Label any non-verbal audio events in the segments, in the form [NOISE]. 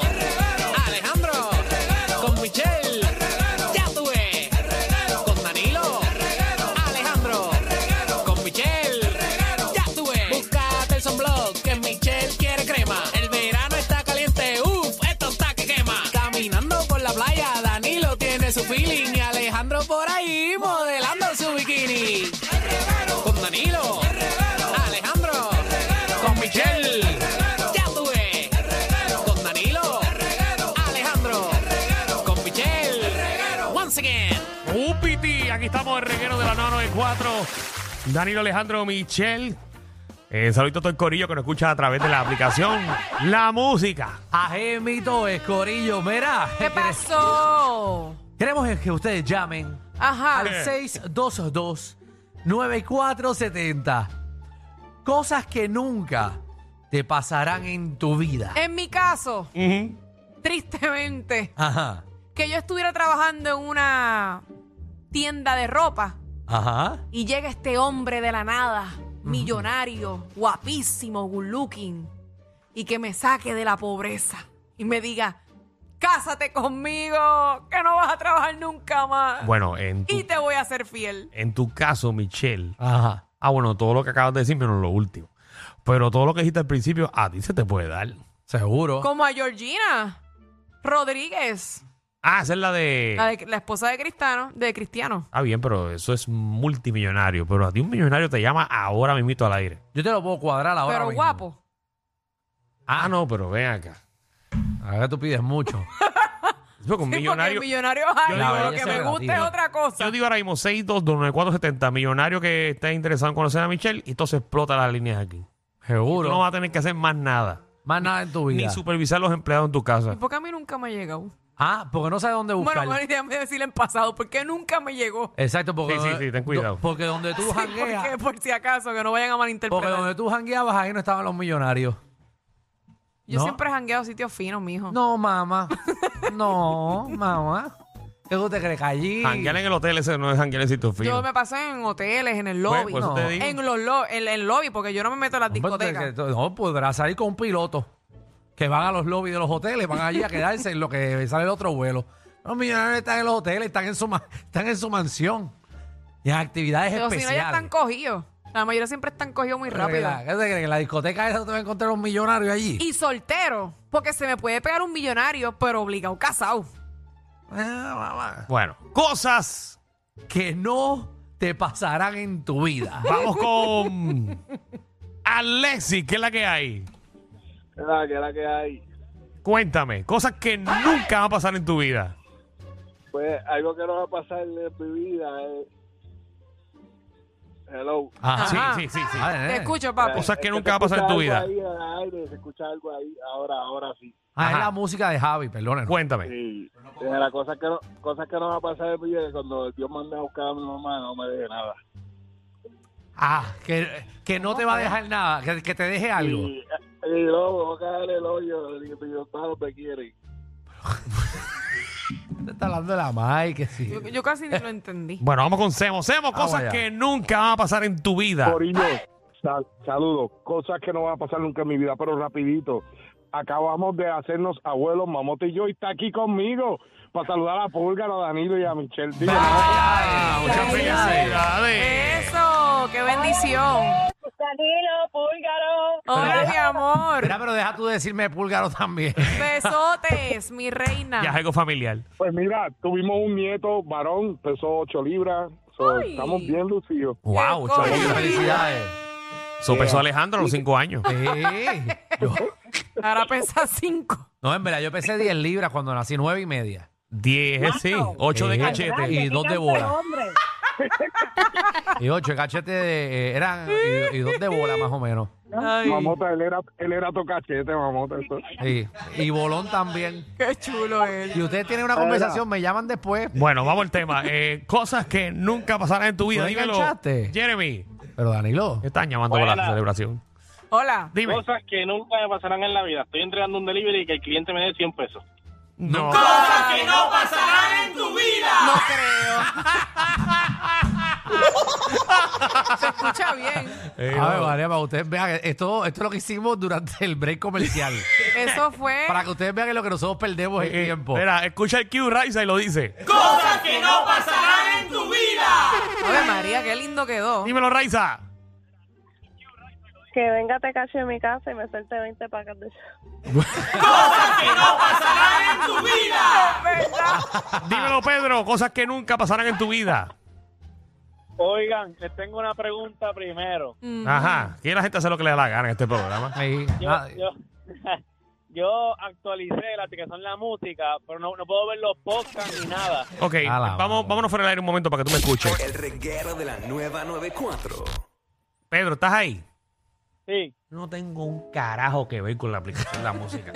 Alejandro, con Michelle, ya tuve, con Danilo, Alejandro, con Michelle, ya tuve. Búscate el sunblock que Michelle quiere crema. El verano está caliente, uff, esto está que quema. Caminando por la playa, Danilo tiene su feeling y Alejandro por ahí modelando su bikini. Con Danilo, Alejandro, con Michelle, ya tuve con Danilo, Alejandro, con Michelle, once again. Upiti, aquí estamos el reguero de la 994. Danilo Alejandro Michel. Eh, saludito a todo el corillo que nos escucha a través de la aplicación La Música. Ajemito, Escorillo, mira. eh, ¿Qué pasó? Queremos que ustedes llamen Ajá. Eh. al 622-9470. Cosas que nunca te pasarán en tu vida. En mi caso, tristemente, Ajá, que yo estuviera trabajando en una tienda de ropa ajá. y llega este hombre de la nada, millonario, guapísimo, good looking, y que me saque de la pobreza y me diga, cásate conmigo, que no vas a trabajar nunca más. Bueno, en tu, Y te voy a ser fiel. en tu caso, Michelle. Ajá. Ah, bueno, todo lo que acabas de decir, menos lo último. Pero todo lo que dijiste al principio, a ti se te puede dar. Seguro. Como a Georgina Rodríguez, Ah, esa es la de. la, de- la esposa de Cristiano, de Cristiano. Ah, bien, pero eso es multimillonario. Pero a ti un millonario te llama ahora mismito al aire. Yo te lo puedo cuadrar ahora. Pero mismo. guapo. Ah, no, pero ven acá. Ahora tú pides [LAUGHS] mucho. Porque un Sí, millonario. porque el millonario es algo, Yo digo, lo ella que se me relativa. gusta es otra cosa. Yo digo ahora mismo 6229470, millonario que está interesado en conocer a Michelle, y entonces explota las líneas aquí. Tú Seguro. no vas a tener que hacer más nada, Más nada en tu ni vida. supervisar los empleados en tu ¿Y casa. por qué a mí nunca me ha llegado? Ah, porque no sabes dónde buscar. Bueno, pues, bueno, déjame decirle en pasado, ¿por qué nunca me llegó? Exacto, porque. [LAUGHS] Sí, sí, sí, ten cuidado. Porque donde tú [LAUGHS] Sí, jangueas. porque por si acaso, que no vayan a Porque malinterpretar. donde tú jangueabas, ahí no estaban los millonarios. Yo no. siempre he jangueado sitios finos, mijo. No, mamá. No, mamá. ¿Qué tú te crees que allí? Janguear en el hotel ese no es janguear en sitio fino. Yo me pasé en hoteles, en el Pues, lobby. por eso no. te digo. En los lo- en el lobby, porque yo no me meto en las Hombre, tú te discotecas. crees que- No, podrás salir con un piloto que van a los lobbies de los hoteles, van allí a quedarse en lo que sale el otro vuelo. Los millonarios están en los hoteles, están en su, ma- están en su mansión. Y en actividades Pero si no, especiales. ya están cogidos. La mayoría siempre están cogidos muy ¿Qué te crees? rápido. ¿Qué te crees? ¿Que en la discoteca esa te vas a encontrar un millonario allí? Y soltero, porque se me puede pegar un millonario, pero obligado casado. Ah, mamá. Bueno, cosas. Que no te pasarán en tu [LAUGHS] vida. Vamos con Alexis, que es la que hay. La que la que hay. Cuéntame, cosas que nunca van a pasar en tu vida. Pues algo que no va a pasar en mi vida es. Hello. Ajá. Sí, sí, sí. sí. Ay, Te nene. escucho, papi. Cosas que Es nunca va a se pasar en tu escucha vida. algo ahí en el aire, se escucha algo ahí, ahora, ahora sí. Ah, es Ajá. la música de Javi, perdónenos. Cuéntame. Sí. De las cosas que, no, cosas que no va a pasar en mi vida es que cuando Dios manda a buscar a mi mamá no me deje nada. Ah, que, que no te va a dejar nada, que, que te deje algo. Y, eh, y luego voy a caer el hoyo, y mi papá no me quiere. Te está hablando de la Mai, que sí. Yo, yo casi ni lo entendí. Bueno, vamos con Semo. Semo, Vamos cosas allá. que nunca van a pasar en tu vida. Corillo, sal- saludos. Cosas que no van a pasar nunca en mi vida, pero rapidito. Acabamos de hacernos abuelos, mamote y yo, y está aquí conmigo para saludar a Púlgaro, a Danilo y a Michelle. Díaz. Ah, muchas felicidades. Eso, qué bendición. Danilo, púlgaro. Hola, mi Mira, amor. pero deja tú decirme púlgaro [LAUGHS] también. Besotes, mi reina. Ya es algo familiar. Pues mira, tuvimos un nieto varón, pesó 8 libras. So, Ay. estamos bien lucidos. Wow, Qué ocho cosa. libras. Felicidades. Sopesó Alejandro a los cinco años. Sí. Yo- Ahora pesa cinco. no, en verdad, yo pesé 10 libras cuando nací, 9 y media. 10, sí. 8 de Sí. cachete. Y dos de Qué bola. hombre. [LAUGHS] Y 8 cachete de- eh, eran y, y dos de bola más o menos. Ay, Mamota, él era, él era tocachete, mamota. eso. Sí. Y Bolón también. qué chulo es. Y ustedes tienen una conversación, me llaman después. Bueno, vamos al tema. Eh, cosas que nunca pasarán en tu vida. ¿No Dímelo. enganchaste? Jeremy, Pero Danilo, ¿qué están llamando para la Buena. celebración. Hola. Dime. Cosas que nunca me pasarán en la vida. Estoy entregando un delivery y que el cliente me dé 100 pesos. No. No creo. Se escucha bien. Eh, a ver, María, para ustedes vean, esto, esto es lo que hicimos durante el break [LAUGHS] comercial. Eso fue. para que ustedes vean que lo que nosotros perdemos es eh, tiempo. Espera, escucha el Q Raisa y lo dice. Ave María, qué lindo quedó. Dímelo, Raisa. Que venga te cache en mi casa y me suelte 20 pacas de Dímelo, Pedro. Cosas que nunca pasarán en tu vida. Oigan, les tengo una pregunta primero. Ajá. Aquí la gente hace lo que le da la gana en este programa. Ahí, Yo, nada. yo, [LAUGHS] yo actualicé la aplicación La Música, pero no, no puedo ver los podcasts ni nada. Ok, A la vamos, madre. vámonos fuera del aire un momento para que tú me escuches. El reguero de la nueva 94. Pedro, ¿estás ahí? Sí. No tengo un carajo que ver con la aplicación de la música.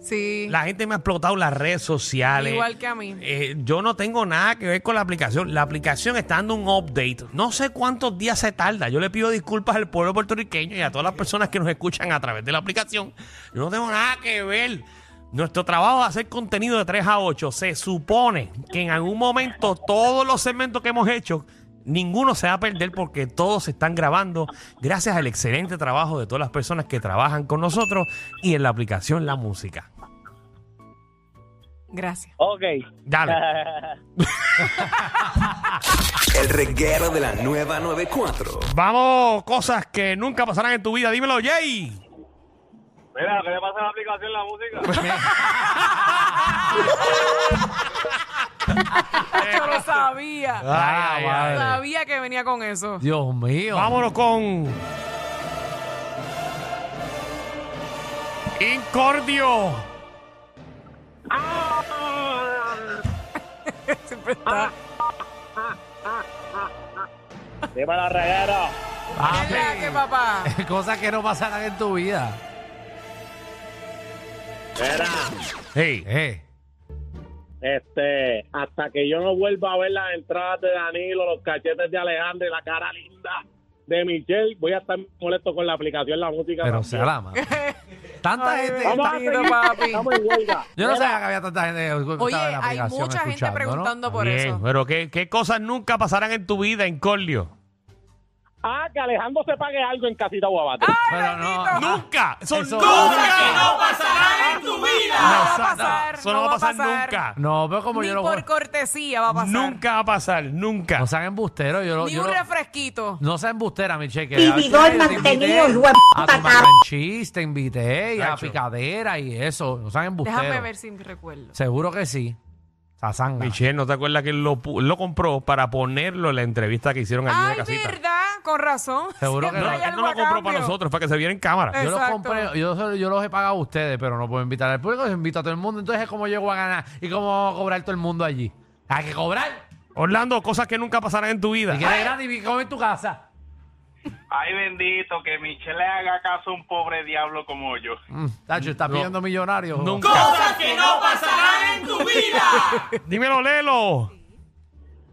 Sí. La gente me ha explotado las redes sociales. Igual que a mí. Eh, yo no tengo nada que ver con la aplicación. La aplicación está dando un update. No sé cuántos días se tarda. Yo le pido disculpas al pueblo puertorriqueño y a todas las personas que nos escuchan a través de la aplicación. Yo no tengo nada que ver. Nuestro trabajo es hacer contenido de 3 a 8. Se supone que en algún momento todos los segmentos que hemos hecho, ninguno se va a perder porque todos se están grabando gracias al excelente trabajo de todas las personas que trabajan con nosotros y en la aplicación La Música. Gracias. Ok. Dale. El reguero de la nueva 94. Vamos, cosas que nunca pasarán en tu vida. Dímelo, Jay. Mira, ¿qué le pasa a la aplicación La [LAUGHS] Música? Yo lo sabía. Ah, Ay, ay, madre. Sabía que venía con eso. Dios mío. Vámonos con. Incordio. Siempre está. Dímelo, reguero. Ah, Es la que, papá. [LAUGHS] Cosas que no pasarán en tu vida. Mira, Hey. Eh. este, hasta que yo no vuelva a ver las entradas de Danilo, los cachetes de Alejandro y la cara linda de Michelle, voy a estar molesto con la aplicación La Música. Pero también. se la madre. [LAUGHS] Tanta Ay, gente. Vamos a Bendito, seguir, papi. estamos en huelga. Yo no sabía que había tanta gente que Oye, estaba en la hay aplicación mucha gente escuchando, ¿no? preguntando por Bien, eso. pero ¿qué, qué cosas nunca pasarán en tu vida, Incordio? [LAUGHS] Ah, que Alejandro se pague algo en Casita Guabate. Pero no. ¡Nunca! ¡Eso, Eso- nunca! No va a Exacto. pasar. Eso no va a pasar nunca. No, pero como Ni yo no por cortesía va a pasar. Nunca va a pasar, nunca. No sean embusteros. Yo, lo- Ni yo un lo- refresquito. No sean embustera, mi cheque. Y A ver, vigor te mantenido, invité hijo de A puta, tu mac and cheese, te invité y a Nacho. picadera y eso. No sean embusteros. Déjame ver si me recuerdo. Seguro que sí. Sazanga. Michelle, ¿no te acuerdas que él lo, pu- lo compró para ponerlo en la entrevista que hicieron allí Ay, de casita? verdad, con razón. Seguro que Siempre No, hay él algo no a lo compró para cambio. nosotros, para que se viera en cámara. Eh. Yo los, Exacto. compré, yo, yo los he pagado a ustedes, pero no puedo invitar al público, los invito a todo el mundo. Entonces, ¿cómo llego a ganar? ¿Y cómo vamos a cobrar todo el mundo allí? ¿Hay que cobrar? Orlando, cosas que nunca pasarán en tu vida. Si quieres gratis, vi- come en tu casa. Ay, bendito, que Michelle le haga caso a un pobre diablo como yo. Mm, Tacho, estás pidiendo millonario. Nunca. que no pasarán en tu vida. Dímelo, Lelo.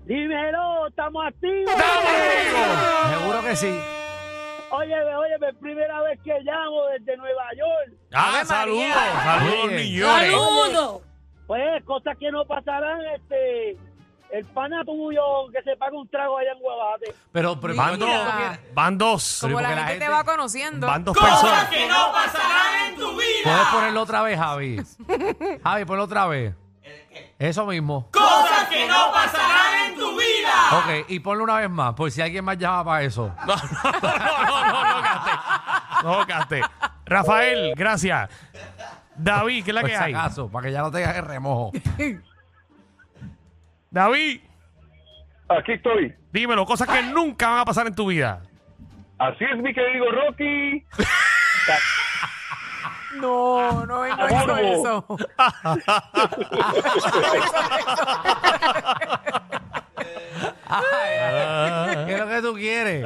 Dímelo, estamos activos. Seguro que sí. Óyeme, óyeme, primera vez que llamo desde Nueva York. Ah, Ave saludos. María. Saludos, Oye. millones. Pues, cosas que no pasarán, este, el pana tuyo que se paga un trago allá en Guabate. Pero, pero Van dos. Mira. Van dos. Como porque la la gente te gente- va conociendo. Van dos personas. puedes ponerlo otra vez, Javi. Javi, ponlo otra vez. Eso mismo. Cosas que no pasarán en tu vida. Ok, y ponlo una vez más, por si alguien más llama para eso. No, no, no, no, no, no, Caste. No, Caste. Rafael, gracias. David, ¿qué es la Por que si hay? acaso, para que ya no tengas [LAUGHS] el remojo. David, Aquí estoy. dímelo, cosas que nunca van a pasar en tu vida. Así es, mi querido Rocky. No, no vengo Ah, con bueno. eso. ¿Qué es lo que tú quieres?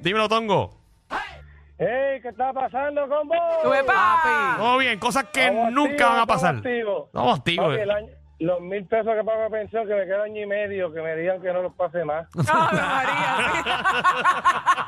Dímelo, Tongo. ¡Ey! ¿Qué está pasando con vos? ¡Uepa! Todo bien, cosas que Estamos nunca activos, van a pasar. estamos activos. Estamos activos. Papi, el año- los mil pesos que pago de pensión, que me queda año y medio, que me digan que no los pase más. ¡Ave María! sí.